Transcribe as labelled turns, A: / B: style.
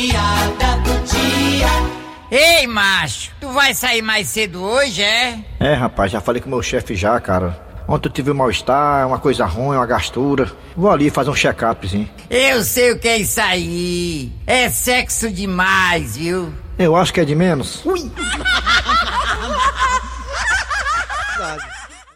A: piada do dia.
B: Ei, macho, tu vai sair mais cedo hoje, é?
C: É, rapaz, já falei com meu chefe já, cara. Ontem eu tive um mal-estar, uma coisa ruim, uma gastura. Vou ali fazer um check-upzinho.
B: Eu sei o que é isso aí. É sexo demais, viu?
C: Eu acho que é de menos.
B: Ui!